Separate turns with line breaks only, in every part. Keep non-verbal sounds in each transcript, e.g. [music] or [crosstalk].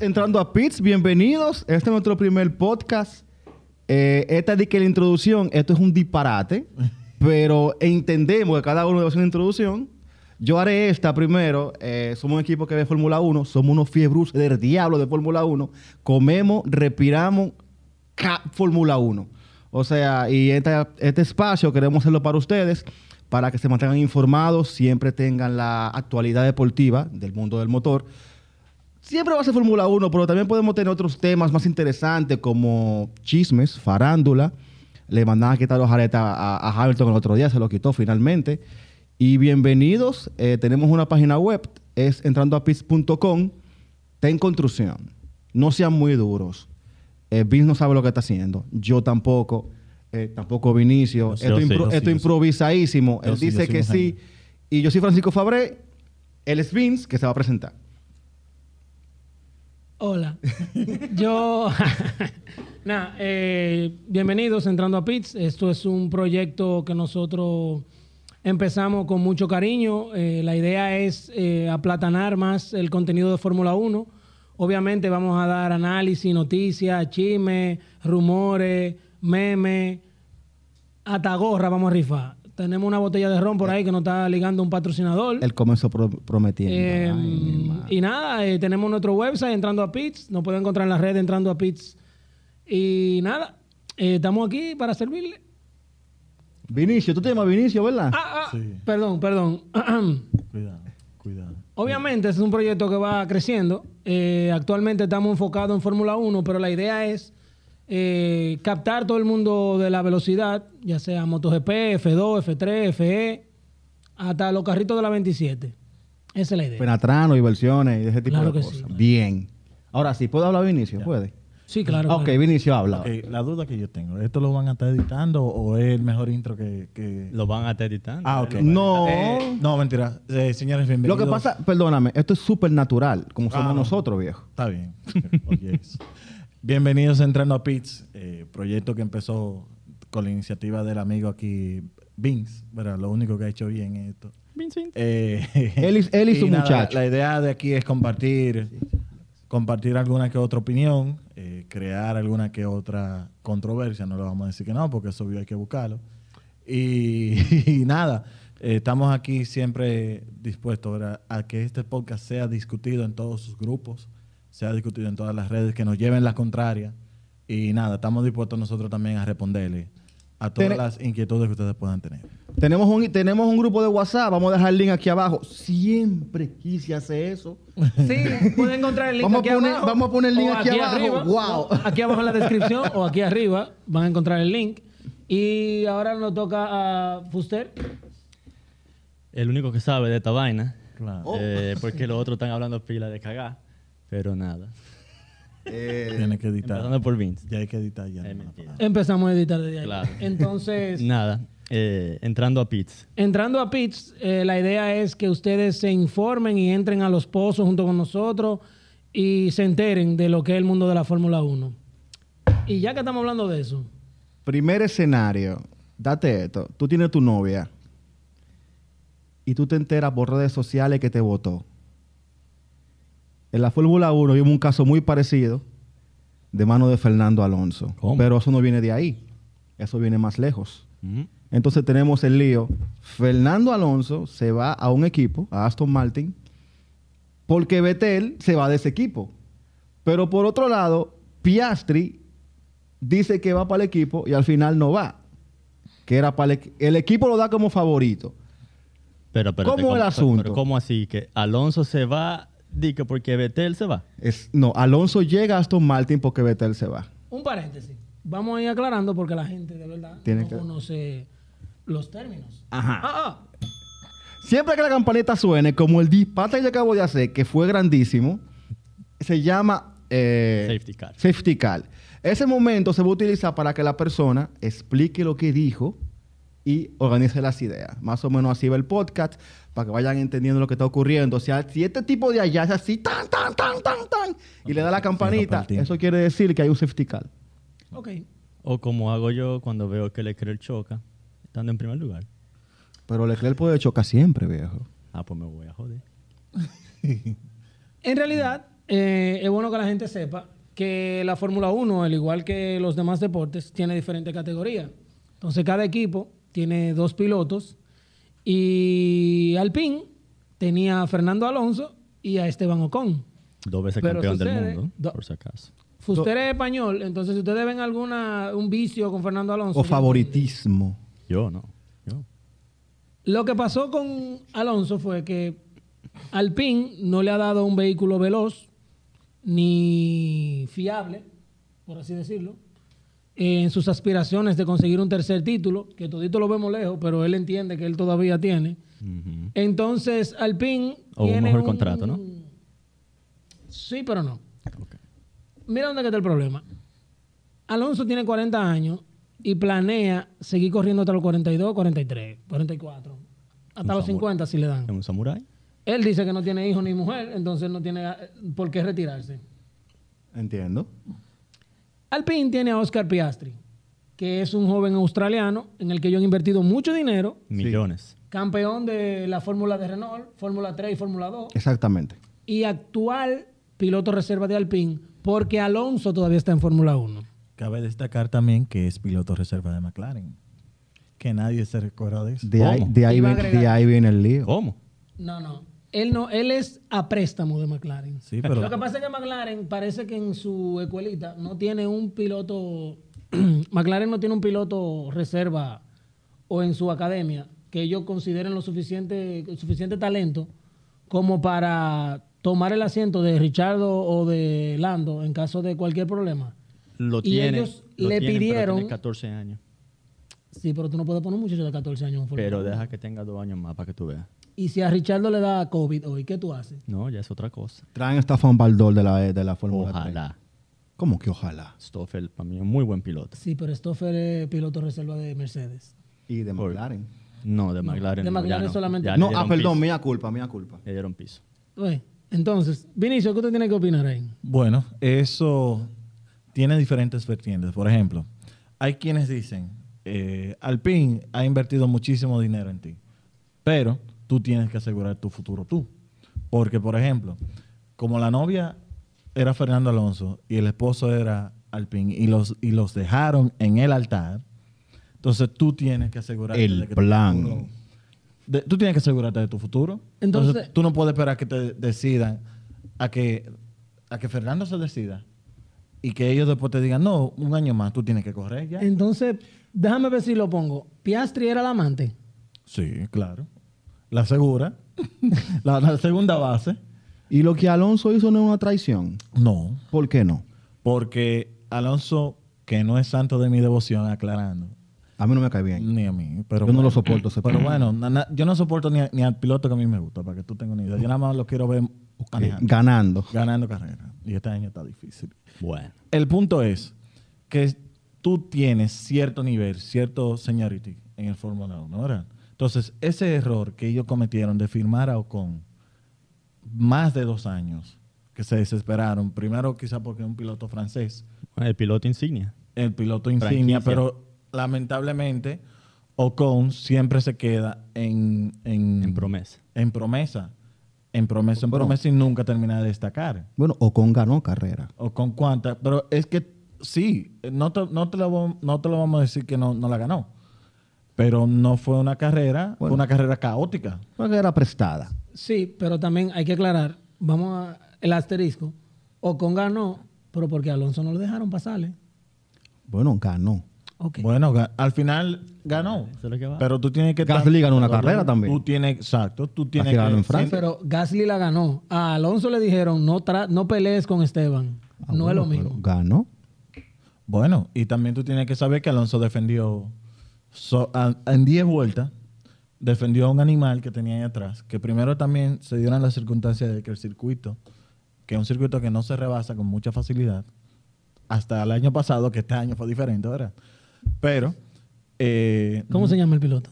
entrando a Pits, bienvenidos. Este es nuestro primer podcast. Eh, esta de que la introducción, esto es un disparate, pero entendemos que cada uno debe hacer una introducción. Yo haré esta primero. eh, somos un equipo que ve Fórmula 1, somos unos fiebrus del diablo de Fórmula 1. Comemos, respiramos ca- Fórmula 1. O sea, y esta- este espacio queremos hacerlo para ustedes, para que se mantengan informados, siempre tengan la actualidad deportiva del mundo del motor. Siempre va a ser Fórmula 1, pero también podemos tener otros temas más interesantes como chismes, farándula. Le mandaban a quitar los aretes a, a Hamilton el otro día, se lo quitó finalmente. Y bienvenidos, eh, tenemos una página web, es entrando a pits.com. Ten construcción, no sean muy duros. Eh, Vince no sabe lo que está haciendo, yo tampoco, eh, tampoco Vinicio.
Yo sí,
esto
yo
es
sí, yo sí, yo sí.
improvisadísimo.
Yo
Él
sí, yo
dice
sí,
que
no sé.
sí. Y yo soy Francisco Fabré, él es Vince, que se va a presentar.
Hola. Yo. [laughs] Nada, eh, bienvenidos a entrando a Pits. Esto es un proyecto que nosotros empezamos con mucho cariño. Eh, la idea es eh, aplatanar más el contenido de Fórmula 1. Obviamente vamos a dar análisis, noticias, chismes, rumores, memes. Hasta gorra vamos a rifar. Tenemos una botella de ron por ahí que nos está ligando un patrocinador.
Él comenzó pro- prometiendo.
Eh,
Ay, mi madre.
y nada, eh, tenemos nuestro website entrando a Pits. Nos pueden encontrar en la red entrando a Pits. Y nada, eh, estamos aquí para servirle.
Vinicio, tú te llamas Vinicio, ¿verdad?
Ah, ah,
Sí.
perdón, perdón. [clears throat]
Cuidado, cuidado.
Obviamente este es un proyecto que va creciendo. Eh, actualmente estamos enfocados en Fórmula 1, pero la idea es eh, captar todo el mundo de la velocidad, ya sea MotoGP, F2, F3, FE, E, hasta los carritos de la 27. Esa es la idea.
Penatrano y versiones y ese tipo
Claro
de
que
cosas.
sí.
Bien. Ahora sí, ¿puedo hablar Vinicio? ¿Puede?
sí, claro.
ok,
claro.
Vinicio habla.
Ok, la duda que yo tengo, ¿esto lo van a estar editando o es el mejor intro que...? que-
Lo van a estar editando.
Ah, ok.
No.
Eh, no, mentira. Eh, señores,
Lo
bienvenidos.
que pasa, perdóname, esto es súper natural, como somos
Ah, no.
nosotros, viejo.
Está bien. [laughs] Oh, yes. Bienvenidos a Entrando a Pits, eh, proyecto que empezó con la iniciativa del amigo aquí, Vince, ¿verdad? Lo único que ha hecho bien es esto. Eh,
Él y-
[laughs]
él y su muchacho.
La idea de aquí es compartir, compartir alguna que otra opinión, eh, crear alguna que otra controversia. No le vamos a decir que no, porque eso obvio hay que buscarlo. Y, [laughs] y nada, eh, estamos aquí siempre dispuestos ¿verdad? a que este podcast sea discutido en todos sus grupos, sea discutido en todas las redes, que nos lleven la contraria. Y nada, estamos dispuestos nosotros también a responderle a todas
Tene-
las inquietudes que ustedes puedan tener.
Tenemos un, tenemos un grupo de WhatsApp, vamos a dejar el link aquí abajo. Siempre quise hacer
[laughs]
eso.
Sí, pueden encontrar el link
Vamos a
aquí
poner-
abajo.
vamos a poner el link
o
aquí abajo. Guau.
o Aquí abajo en la descripción o aquí arriba van a encontrar el link. Y ahora nos toca a Fuster.
El único que sabe de esta vaina.
Claro.
eh, porque los otros están hablando pila de cagar. Pero nada.
Eh,
Tiene que editar.
Eh, Empezando por Vince.
Ya hay que editar ya.
Es
hermano,
mentira.
para-
Empezamos a editar desde ahí.
Claro.
Entonces,
Nada. eh, entrando a Pits.
entrando a Pits, eh, la idea es que ustedes se informen y entren a los pozos junto con nosotros y se enteren de lo que es el mundo de la Fórmula 1. Y ya que estamos hablando de eso,
Primer escenario, date esto. Tú tienes tu novia y tú te enteras por redes sociales que te votó. En la Fórmula 1 vimos un caso muy parecido de mano de Fernando Alonso.
¿Cómo?
Pero eso no viene de ahí. Eso viene más lejos. Entonces tenemos el lío. Fernando Alonso se va a un equipo, a Aston Martin, porque Vettel se va de ese equipo. Pero por otro lado, Piastri dice que va para el equipo y al final no va. Que era para el, equ- el equipo lo da como favorito.
Pero, espérate,
¿Cómo el asunto?
pero ¿Cómo así? Que Alonso se va. Dice porque Betel se va.
Es, no, Alonso llega a Aston Martin porque Vettel se va.
Un paréntesis. Vamos a ir aclarando porque la gente de verdad
Tiene
no
que-
conoce los términos.
Ajá.
Ah, ah.
Siempre que la campanita suene, como el dispate que yo acabo de hacer, que fue grandísimo, se llama eh,
Safety car.
Safety car. Ese momento se va a utilizar para que la persona explique lo que dijo y organice las ideas. Más o menos así va el podcast, para que vayan entendiendo lo que está ocurriendo. O sea, si este tipo de allá es así, tan, tan, tan, tan, tan, y le da la campanita,
repartimos.
eso quiere decir que hay un safety car.
ah, Ok.
O como hago yo cuando veo que Leclerc choca. Estando en primer lugar.
Pero Leclerc puede chocar siempre, viejo.
Ah, pues me voy a joder.
En realidad, eh, es bueno que la gente sepa que la Fórmula 1, al igual que los demás deportes, tiene diferentes categorías. Entonces, cada equipo tiene dos pilotos y Alpine tenía a Fernando Alonso y a Esteban Ocon.
Dos veces
Pero
campeón
sucede-
del mundo,
do-
por si acaso.
Fuster es español, entonces si ustedes ven alguna un vicio con Fernando Alonso.
O
yo-
favoritismo.
Yo no. Yo.
Lo que pasó con Alonso fue que Alpine no le ha dado un vehículo veloz ni fiable, por así decirlo, en sus aspiraciones de conseguir un tercer título, que todito lo vemos lejos, pero él entiende que él todavía tiene.
Ujú.
Entonces, Alpine
O un
tiene
mejor contrato, ¿no?
Sí, pero no.
Ok.
Mira dónde que está el problema. Alonso tiene 40 años y planea seguir corriendo hasta los 42, 43, 44, hasta
Un
los
samurái.
50 si le dan.
¿Es un samurái?
Él dice que no tiene hijo ni mujer, entonces no tiene eh, por qué retirarse.
Entiendo.
Alpine tiene a Oscar Piastri, que es un joven australiano en el que yo he invertido mucho dinero,
Millones.
campeón de la Fórmula de Renault, Fórmula 3 y Fórmula 2,
Exactamente.
y actual piloto reserva de Alpine, porque Alonso todavía está en Fórmula 1.
Cabe destacar también que es piloto reserva de McLaren. Que nadie se recuerda de eso.
De ahí,
¿Cómo? Oh.
de, ahí
Iba a
viene, de
agregar-
ahí viene el lío.
¿Cómo?
No, no. Él no, él es a préstamo de McLaren.
Sí, pero
Lo que pasa es que McLaren parece que en su escuelita no tiene un piloto. [clears throat] McLaren no tiene un piloto reserva o en su academia que ellos consideren lo suficiente, suficiente talento como para tomar el asiento de Richardo o de Lando en caso de cualquier problema.
Lo
Y
tiene.
ellos
lo
le
tienen, pero
pidieron-
tiene 14 años.
Sí, pero tú no puedes poner un muchacho de 14 años en Fórmula
Pero
uno.
deja que tenga dos años más para que tú veas.
Y si a Richardo le da COVID hoy, ¿qué tú haces?
No, ya es otra cosa.
Traen a Stefan Baldor de la, de la Fórmula
Ojalá.
3. ¿Cómo que ojalá?
Stoffel, para mí, es un muy buen piloto.
Sí, pero Stoffel es piloto reserva de Mercedes.
Y de
Por-
McLaren.
No, de McLaren.
de
no, ya
McLaren
no.
solamente-
Ya le
No,
dieron
ah, perdón,
piso.
mía culpa, mía culpa.
Le dieron piso.
Bueno, entonces, Vinicio, ¿qué usted tiene que opinar ahí?
Bueno, eso tiene diferentes vertientes. Por ejemplo, hay quienes dicen, eh, Alpine ha invertido muchísimo dinero en ti, pero tú tienes que asegurar tu futuro tú. Porque, por ejemplo, como la novia era Fernando Alonso y el esposo era Alpine y los, y los dejaron en el altar, entonces tú tienes que asegurarte
El
de que tu
plan.
futuro- de- tú tienes que asegurarte de tu futuro.
Entonces-
Entonces, tú no puedes esperar que te decidan a que, a que Fernando se decida y que ellos después te digan, no, un año más, tú tienes que correr ya.
Entonces, déjame ver si lo pongo. Piastri era el amante.
Sí, claro. La segura. [laughs] la, la segunda base.
Y lo que Alonso hizo no es una traición.
No,
¿Por qué no?
porque Alonso, que no es santo de mi devoción, aclarando,
A mí no me cae bien.
ni a mí, pero...
Yo no lo soporto, ese
Pero
tipo.
bueno, na- na- yo no soporto ni, a- ni al piloto que a mí me gusta, para que tú tengas una idea. Yo nada más lo quiero ver manejando,
Eh, Ganando.
ganando carrera. Y este año está difícil.
Bueno.
El punto es que tú tienes cierto nivel, cierto seniority en el Fórmula 1, ¿verdad? Entonces, ese error que ellos cometieron de firmar a Ocon más de dos años, que se desesperaron, primero quizá porque es un piloto francés,
El piloto insignia.
el piloto insignia,
Franquicia.
pero lamentablemente Ocon siempre se queda en, en,
En promesa.
en promesa, en promesa, en
Bueno.
promesa y nunca termina de destacar
Bueno, Ocon ganó carrera.
o con cuántas, pero es que sí, no te, no te, lo, vam- no te lo vamos a decir que no, no la ganó, pero no fue una carrera, fue
Bueno.
una carrera caótica.
Porque era prestada.
Sí, pero también hay que aclarar, vamos a el asterisco, Ocon ganó, pero porque a Alonso no lo dejaron pasarle.
Bueno, ganó.
Ok.
Bueno, ga- al final ganó,
Eso es lo que va.
pero tú tienes que...
Gasly ganó una
pero
carrera
tú-
también.
Tú tienes, exacto, tú
La
tienes
que ganó en
Sí,
Francia.
pero Gasly la ganó. A Alonso le dijeron, no, tra- no pelees con Esteban.
Ah,
no es
bueno,
lo mismo.
pero Ganó.
Bueno, y también tú tienes que saber que Alonso defendió so- a- en 10 vueltas, defendió a un animal que tenía ahí atrás, que primero también se dieron las circunstancias de que el circuito, que es un circuito que no se rebasa con mucha facilidad, hasta el año pasado, que este año fue diferente, ¿verdad? Pero, eh,
¿Cómo se llama el piloto?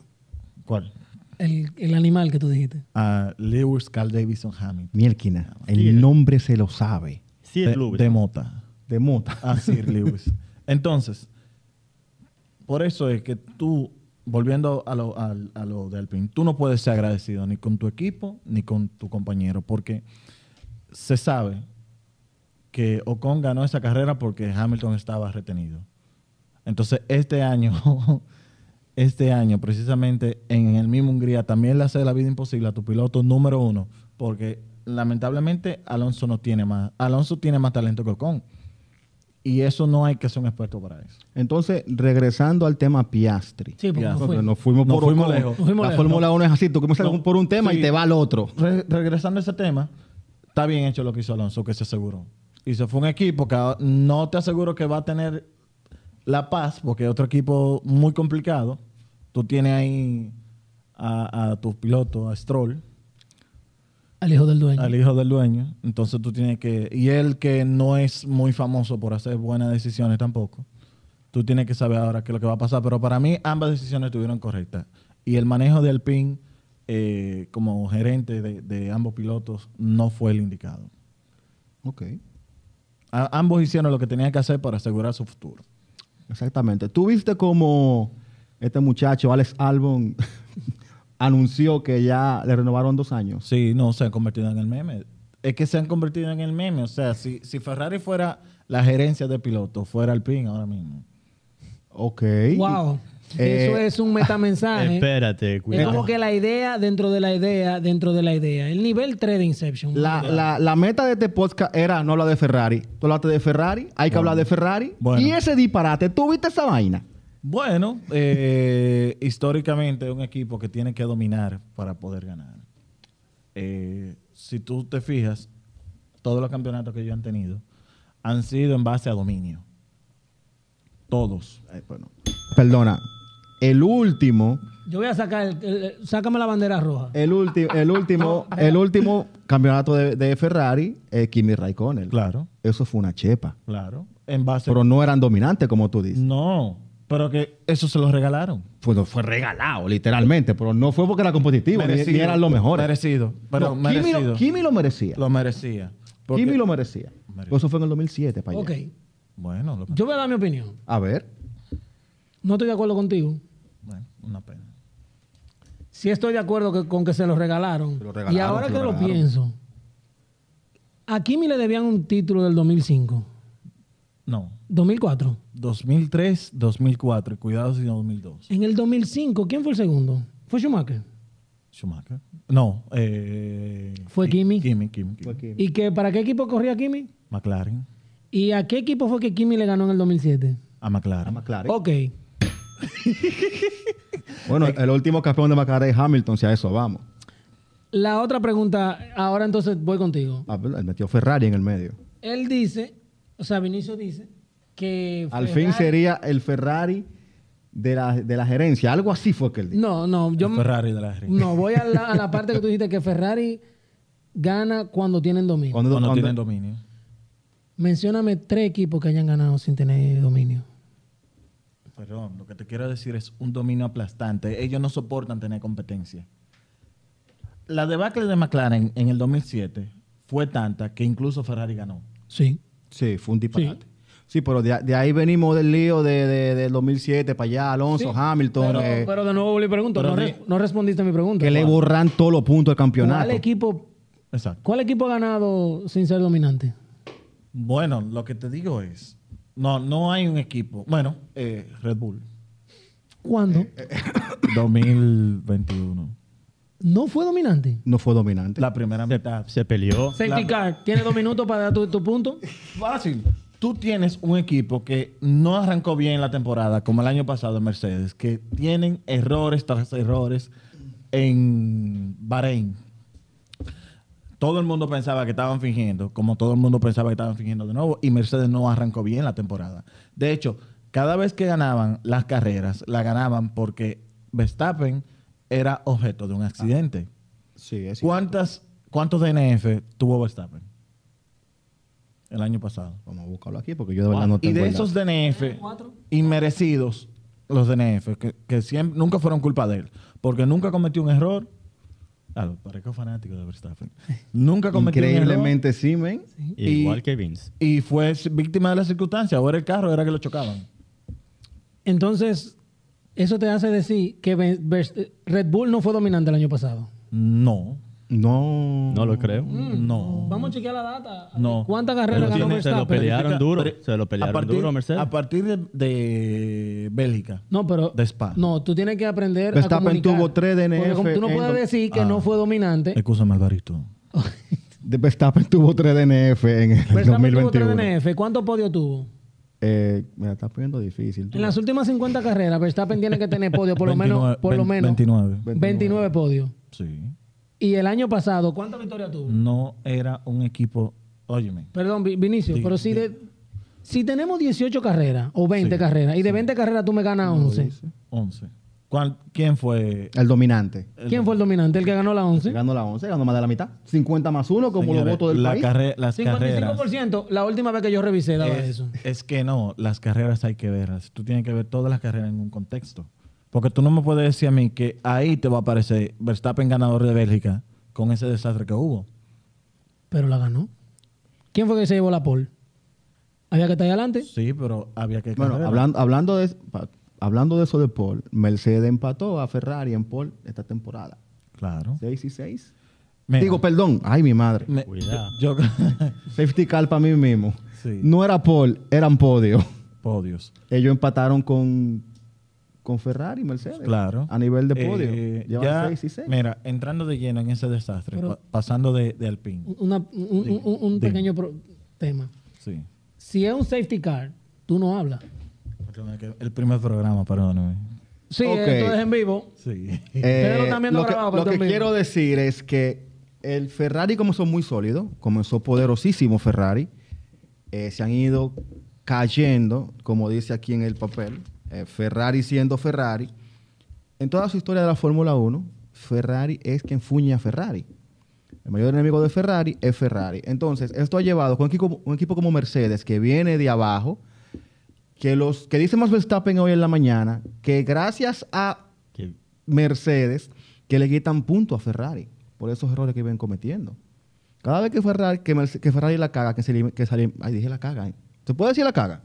¿cuál?
El, el animal que tú dijiste.
A Lewis Carl Davidson Hamilton,
Mielquina.
Sí,
El
el-
nombre se lo sabe.
Sí,
de-
es Lewis.
de Mota.
De mota.
Ah.
a Sir Lewis. Entonces, por eso es que tú, volviendo a lo, al- a lo de Alpine, tú no puedes ser agradecido ni con tu equipo ni con tu compañero, porque se sabe que Ocon ganó esa carrera porque Hamilton estaba retenido. Entonces, este año, [laughs] este año, precisamente en el mismo Hungría, también le hace la vida imposible a tu piloto número uno, porque lamentablemente Alonso no tiene más, Alonso tiene más talento que Ocon. Y eso no hay que ser un experto para eso.
Entonces, regresando al tema Piastri.
Sí, porque
Ya,
no
Nosotros
fue.
nos fuimos
Nos
por
fuimos
Ocon.
lejos.
Nos fuimos
La
lejos.
Fórmula 1 es así, tú comienzas
No.
por un tema
Sí.
y te va al otro.
Re- regresando a ese tema, está bien hecho lo que hizo Alonso, que se aseguró. Y se fue un equipo que ahora- no te aseguro que va a tener la paz, porque es otro equipo muy complicado. Tú tienes ahí a, a tus pilotos, a Stroll,
Al hijo del dueño.
al hijo del dueño. Entonces tú tienes que. Y él que no es muy famoso por hacer buenas decisiones tampoco. Tú tienes que saber ahora qué es lo que va a pasar. Pero para mí, ambas decisiones estuvieron correctas. Y el manejo del PIN eh, como gerente de, de ambos pilotos no fue el indicado.
Ok.
A- ambos hicieron lo que tenían que hacer para asegurar su futuro.
Exactamente. ¿Tú viste cómo este muchacho, Alex Albon, [laughs] anunció que ya le renovaron dos años?
Sí, no, se han convertido en el meme. Es que se han convertido en el meme. O sea, si, si Ferrari fuera la gerencia de pilotos, fuera el PIN ahora mismo.
Ok.
Wow.
Eh,
Eso es un metamensaje.
Espérate,
Es
cuidado.
como que la idea dentro de la idea dentro de la idea. El nivel 3 de Inception.
La, la- la meta de este podcast era no hablar de Ferrari. Tú hablaste de Ferrari, hay que hablar de Ferrari.
Bueno.
Y ese disparate, ¿tú viste esa vaina?
Bueno, eh, históricamente es un equipo que tiene que dominar para poder ganar. Eh, si tú te fijas, todos los campeonatos que ellos han tenido han sido en base a dominio. Todos.
Eh, bueno, Perdona. El último,
Yo voy a sacar, el- el- sácame la bandera roja.
el, ulti- el
[laughs]
último, el último campeonato de, de Ferrari, eh, Kimi Raikkonen.
Claro,
Eso fue una chepa.
claro. En base.
Pero no eran dominantes, como tú dices.
no, pero que eso se los regalaron.
Mm. Fue, no, fue regalado, literalmente. Pero no fue porque era competitivo, ni,
Merecido.
ni eran los mejores.
Merecido, pero
No, Kimi,
merecido.
lo, Kimi lo merecía.
Lo merecía. Porque-
Kimi lo merecía.
Merecido.
Eso fue en el 2007, para allá.
Ok.
Bueno, lo-
Yo voy a dar mi opinión.
A ver.
No estoy de acuerdo contigo.
bueno, una pena.
Sí estoy de acuerdo que- con que se lo regalaron.
Se lo regalaron,
y ahora
se
que
lo
lo
regalaron.
pienso, a Kimi le debían un título del 2005,
No.
2004.
2003, 2004 y cuidado si no 2002.
En el 2005, ¿quién fue el segundo? Fue Schumacher.
Schumacher. No. eh,
Fue
Ki-
Kimi.
Kimi, Kimi, Kimi.
¿Y que, para qué equipo corría Kimi?
McLaren.
¿Y a qué equipo fue que Kimi le ganó en el 2007?
A McLaren.
McLaren.
Ok.
Bueno, el último campeón de McLaren es Hamilton, si a eso vamos.
La otra pregunta, ahora entonces voy contigo.
Ah, pero él metió Ferrari en el medio.
Él dice, o sea, Vinicio dice que...
Al
Ferrari-
fin sería el Ferrari de la, de la gerencia. Algo así fue que él dijo.
No, no, yo...
El Ferrari de la Ring.
No, voy a la, a la parte que tú dijiste que Ferrari gana cuando tienen dominio.
Cuando-
Cuando
cuando-
tienen dominio.
Mencióname tres equipos que hayan ganado sin tener dominio.
Perdón, lo que te quiero decir es un dominio aplastante. Ellos no soportan tener competencia. La debacle de McLaren en el 2007 fue tanta que incluso Ferrari ganó.
Sí.
Sí, fue un disparate. Sí, pero de, de ahí venimos del lío de, de- del 2007 para allá, Alonso, Hamilton,
Pero,
eh,
pero de nuevo le pregunto,
pero
no,
de-
res- no respondiste a mi pregunta.
que le borran todos los puntos del campeonato.
¿Cuál equipo,
Exacto.
¿Cuál equipo ha ganado sin ser dominante?
Bueno, lo que te digo es, no, no hay un equipo. Bueno, eh, Red Bull.
¿Cuándo?
Eh,
2021.
no fue dominante.
No fue dominante.
La primera mitad.
Se peleó.
Safety car, tiene dos minutos para dar tu, tu punto.
Fácil. Tú tienes un equipo que no arrancó bien la temporada, como el año pasado en Mercedes, que tienen errores tras errores en Bahrein. Todo el mundo pensaba que estaban fingiendo, como todo el mundo pensaba que estaban fingiendo de nuevo, y Mercedes no arrancó bien la temporada. De hecho, cada vez que ganaban las carreras, la ganaban porque Verstappen era objeto de un accidente.
Sí, es
¿Cuántas, ¿Cuántos DNF tuvo Verstappen el año pasado?
Vamos a buscarlo aquí porque yo de verdad no
y
tengo
de
el dato.
esos DNF inmerecidos, los DNF, que, que siempre, nunca fueron culpa de él, porque nunca cometió un error. Claro, parezco fanático de Verstappen. Nunca cometió un error
Increíblemente sí, men.
Y-
Igual que Vince.
y fue víctima de las circunstancias. Ahora el carro era que lo chocaban.
Entonces, eso te hace decir que Ve- Ver- Red Bull no fue dominante el año pasado.
No.
No.
No lo creo.
Mm.
No.
Vamos a chequear la data.
No.
¿Cuántas
Pero
carreras ganó
tiene- se lo
Verstappen?
pelea- pelearon
Verifica-
duro,
pero-
se lo pelearon
a partir-
duro, Mercedes.
A partir de, de Bélgica.
No, pero.
De Spa.
No, tú tienes que aprender. a
Verstappen
comunicar.
tuvo tres DNF
Porque como Tú no
en
puedes
dos-
decir que
Ah.
no fue dominante.
Escúchame, Alvarito.
De Verstappen tuvo 3 DNF en el
Verstappen tuvo
2021.
tres DNF. ¿Cuántos podios tuvo?
Eh, me la estás poniendo difícil. tú.
En las últimas 50 carreras, Verstappen tiene que tener podios, por lo
29,
menos. Por lo
ve-
menos
29.
29 podios.
Sí.
Y el año pasado, ¿cuántas victorias tuvo?
No era un equipo. Óyeme.
Perdón, Vi- Vinicio,
Diga,
pero si de si tenemos 18 carreras o 20
Sí,
carreras y de 20 carreras tú me ganas 11,
11. ¿Cuál- ¿Quién fue?
El dominante.
¿quién fue el dominante? ¿El que ganó la 11?
Ganó la 11, ganó más de la mitad. 50 más 1 como
Señores,
los votos del
la
país.
carre- las carreras.
55%, la última vez que yo revisé daba
Es,
eso.
es que no, las carreras hay que verlas. Tú tienes que ver todas las carreras en un contexto. Porque tú no me puedes decir a mí que ahí te va a aparecer Verstappen ganador de Bélgica con ese desastre que hubo.
Pero la ganó. ¿Quién fue que se llevó la pole? ¿Había que estar ahí adelante?
Sí, pero había que.
Bueno,
carrera.
hablando, hablando, de, pa- hablando de eso de Paul, Mercedes empató a Ferrari en Paul esta temporada.
Claro.
6 y 6.
Mira,
Digo, perdón. Ay, mi madre.
me-
Cuidado.
Yo, [laughs]
Safety car para mí mismo.
Sí.
No era Paul, eran podio. [laughs]
podios.
Ellos empataron con, con Ferrari y Mercedes.
Claro.
A nivel de podio.
Eh, ya,
Llevan 6 y 6.
Mira, entrando de lleno en ese desastre,
Pero-
pa- pasando de, de Alpine.
Una- un- un un-
Dime.
un pequeño pro- tema.
Sí.
Si es un safety car, tú no hablas.
Perdón, que El primer programa, perdóname.
Sí,
Ok.
esto es en vivo.
Sí.
Eh,
[laughs]
Ustedes lo están viendo
lo que,
grabado,
lo
pero
que
también.
quiero decir es que el Ferrari comenzó muy sólido, comenzó poderosísimo Ferrari. Eh, se han ido cayendo, como dice aquí en el papel, eh, Ferrari siendo Ferrari. En toda su historia de la Fórmula 1, Ferrari es quien fuña a Ferrari. El mayor enemigo de Ferrari es Ferrari. Entonces, esto ha llevado con un equipo, un equipo como Mercedes, que viene de abajo, que los que dice más Verstappen hoy en la mañana, que gracias a
Que-
Mercedes que le quitan punto a Ferrari por esos errores que iban cometiendo. Cada vez que Ferrari, que, Merce- que Ferrari la caga, que se, elim- que sale, ay, dije la caga. ¿eh? ¿Se puede decir la caga?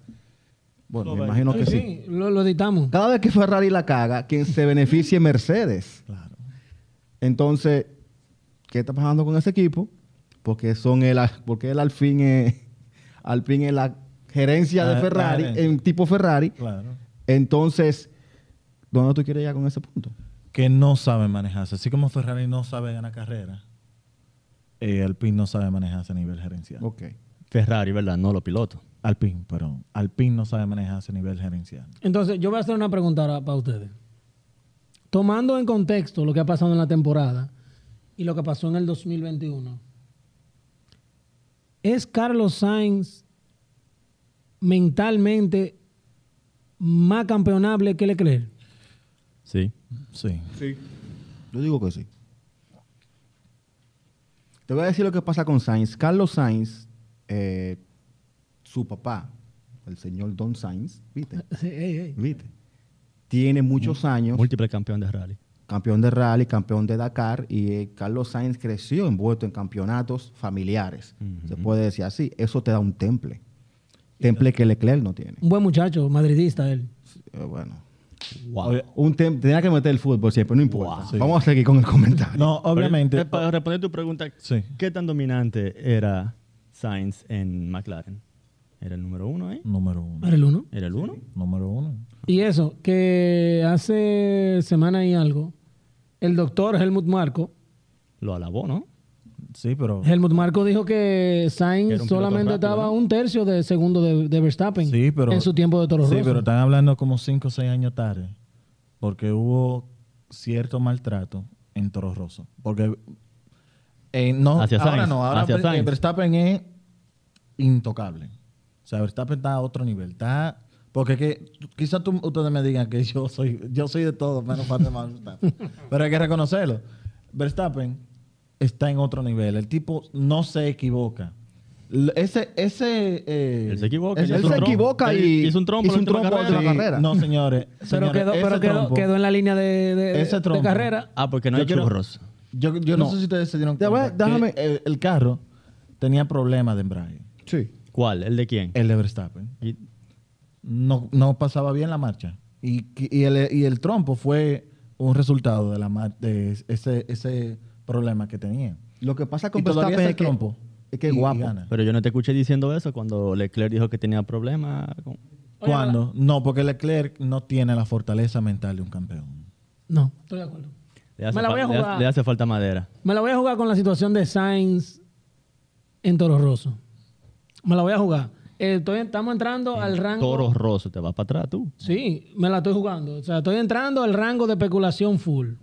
Bueno, me imagino que
Sí,
sí.
sí, lo, lo editamos.
Cada vez que Ferrari la caga, quien se beneficie es Mercedes.
Claro.
Entonces, ¿qué está pasando con ese equipo? Porque son el, a- porque el Alfín es, Alfín es la gerencia
La-
de
la
Ferrari,
gerencia.
en tipo Ferrari.
Claro.
Entonces, ¿dónde tú quieres llegar con ese punto?
Que no sabe manejarse. Así como Ferrari no sabe ganar carrera, eh, Alpine no sabe manejarse a nivel gerencial.
Ok.
Ferrari, ¿verdad? No los pilotos.
Alpine, perdón. Alpine no sabe manejarse a nivel gerencial.
Entonces, yo voy a hacer una pregunta ahora para ustedes. Tomando en contexto lo que ha pasado en la temporada y lo que pasó en el 2021, ¿es Carlos Sainz mentalmente más campeonable que Leclerc?
Sí.
Sí.
Yo digo que sí. Te voy a decir lo que pasa con Sainz. Carlos Sainz, eh, su papá, el señor Don Sainz, ¿viste? ¿Viste? Tiene muchos años,
Múltiple campeón de rally.
campeón de rally, campeón de Dakar, y eh, Carlos Sainz creció envuelto en campeonatos familiares. Se puede decir así. Eso te da un temple. Temple que Leclerc no tiene.
Un buen muchacho, madridista él.
Eh, bueno.
Wow.
Obvia-
Un tem- tenía que meter el fútbol siempre, no importa.
Sí.
Vamos a seguir con el comentario.
No, obviamente.
eh,
Pero, Para responder tu pregunta,
Sí.
¿qué tan dominante era Sainz en McLaren? ¿Era el número uno ahí?
Número uno.
Era el uno.
¿Era el uno?
Número uno.
Y eso, que hace semana y algo, el doctor Helmut Marco
Lo alabó, ¿no?
Sí, pero.
Helmut Marco dijo que
Era
Sainz
un piloto
solamente
rápido,
estaba
¿no?
un tercio de segundo de, de Verstappen
Sí, pero.
en su tiempo de Toro
Sí,
Rosso.
pero están hablando como 5 o 6 años tarde. Porque hubo cierto maltrato en Toro Rosso. Porque. eh, no,
Hacia
ahora
Sainz,
no, ahora
hacia
Ver-
Sainz.
eh, Verstappen es intocable. O sea, Verstappen está a otro nivel. Está. Porque es que quizás tú- ustedes me digan que yo soy, yo soy de todo, menos fan de Max
[laughs]
Verstappen. Pero hay que reconocerlo. Verstappen está en otro nivel. El tipo no se equivoca. L- Ese, ese, eh,
Él se equivoca,
ese
Él
él hizo un
se
trompo.
equivoca
Él
y
hizo un trompo
hizo
en
un
la última
trompo en la
carrera.
carrera.
no, señores.
Pero
señores,
quedó,
ese
pero quedó,
trompo-
quedó en la línea de, de-
Ese
de
trompo.
carrera.
Ah, porque no
Yo
hay
quiero-
churros.
Yo, yo no.
No.
sé si ustedes se dieron
Ya,
cuenta.
bueno, déjame-
que El, el carro tenía problemas de embrague.
Sí.
¿Cuál? ¿El de quién?
El de Verstappen.
Y-
No, no pasaba bien la marcha. Y, y, el, y el trompo fue un resultado de la mar- de ese, ese problemas que tenían.
Lo que pasa con
Y todavía
Verstappen
está
es que,
trompo.
es que
Y-
es
y
guapo.
gana.
Pero yo no te escuché diciendo eso cuando Leclerc dijo que tenía problemas. con-
¿Cuándo? No, porque Leclerc no tiene la fortaleza mental de un campeón.
No, estoy de acuerdo.
Le hace,
Me la
fa-
voy a
le hace-
jugar.
le hace falta madera.
Me la voy a jugar con la situación de Sainz en Toro Rosso. Me la voy a jugar. Eh, estoy- estamos entrando al rango.
Toro Rosso, te vas para atrás tú.
Sí, me la estoy jugando. O sea, estoy entrando al rango de especulación full.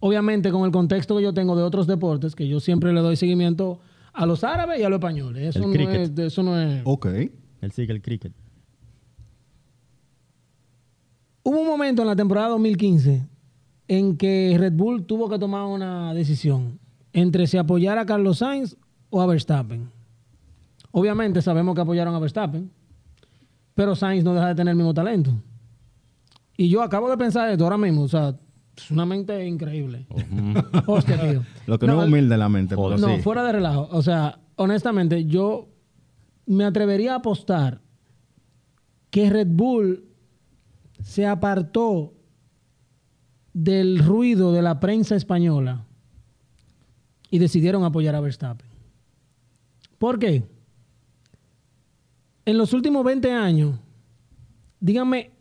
Obviamente, con el contexto que yo tengo de otros deportes, que yo siempre le doy seguimiento a los árabes y a los españoles. Eso
El
no
cricket.
es. de- Eso no es...
Ok.
Él sigue el cricket.
Hubo un momento en la temporada 2015 en que Red Bull tuvo que tomar una decisión entre si apoyar a Carlos Sainz o a Verstappen. Obviamente sabemos que apoyaron a Verstappen, pero Sainz no deja de tener el mismo talento. Y yo acabo de pensar esto ahora mismo, o sea, es una mente increíble. [laughs] Hostia, tío.
Lo que no, es humilde en la mente. pero
No,
sí.
fuera de relajo. O sea, honestamente, yo me atrevería a apostar que Red Bull se apartó del ruido de la prensa española y decidieron apoyar a Verstappen. ¿Por qué? En los últimos 20 años, díganme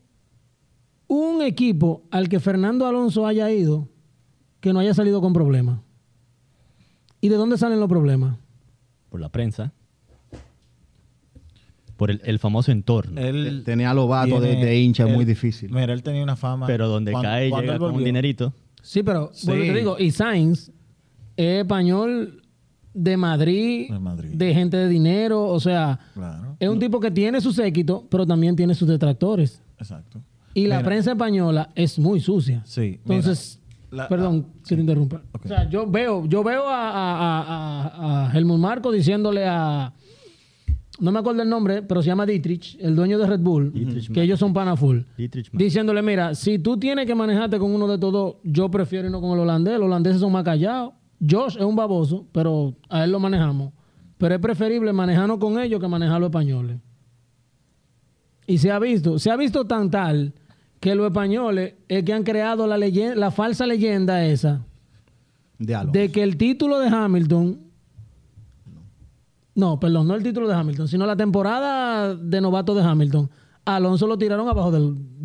un equipo al que Fernando Alonso haya ido que no haya salido con problemas. ¿Y de dónde salen los problemas?
Por la prensa. Por el, el famoso entorno.
Él
Tenía lobato de,
tiene-
de hincha
él-
muy difícil.
Mira, él tenía una fama.
Pero donde
Cuando-
cae y
cuando
llega
él
con un
volvió,
dinerito.
Sí, pero
Sí.
vuelvo y te digo, y Sainz es español de Madrid,
De Madrid.
gente de dinero, o sea,
Claro,
es un tipo que tiene su séquito, pero también tiene sus detractores.
exacto.
Y la
Mira.
prensa española es muy sucia.
Sí, mira.
Entonces,
La-
perdón que te interrumpa.
Ok.
O sea, yo veo, yo veo a, a, a- a- a Helmut Marco diciéndole a. No me acuerdo el nombre, pero se llama Dietrich, el dueño de Red Bull,
Dietrich
que ellos son pana full.
Dietrich Mann.
Diciéndole, mira, si tú tienes que manejarte con uno de estos dos, yo prefiero irnos con el holandés. Los holandeses son más callados. Josh es un baboso, pero a él lo manejamos. Pero es preferible manejarnos con ellos que manejar a los españoles. Y se ha visto, se ha visto tan tal que los españoles es que han creado la, leyen- la falsa leyenda esa
De Alonso.
de que el título de Hamilton. No, perdón, no el título de Hamilton, sino la temporada de novato de Hamilton. a Alonso lo tiraron abajo del,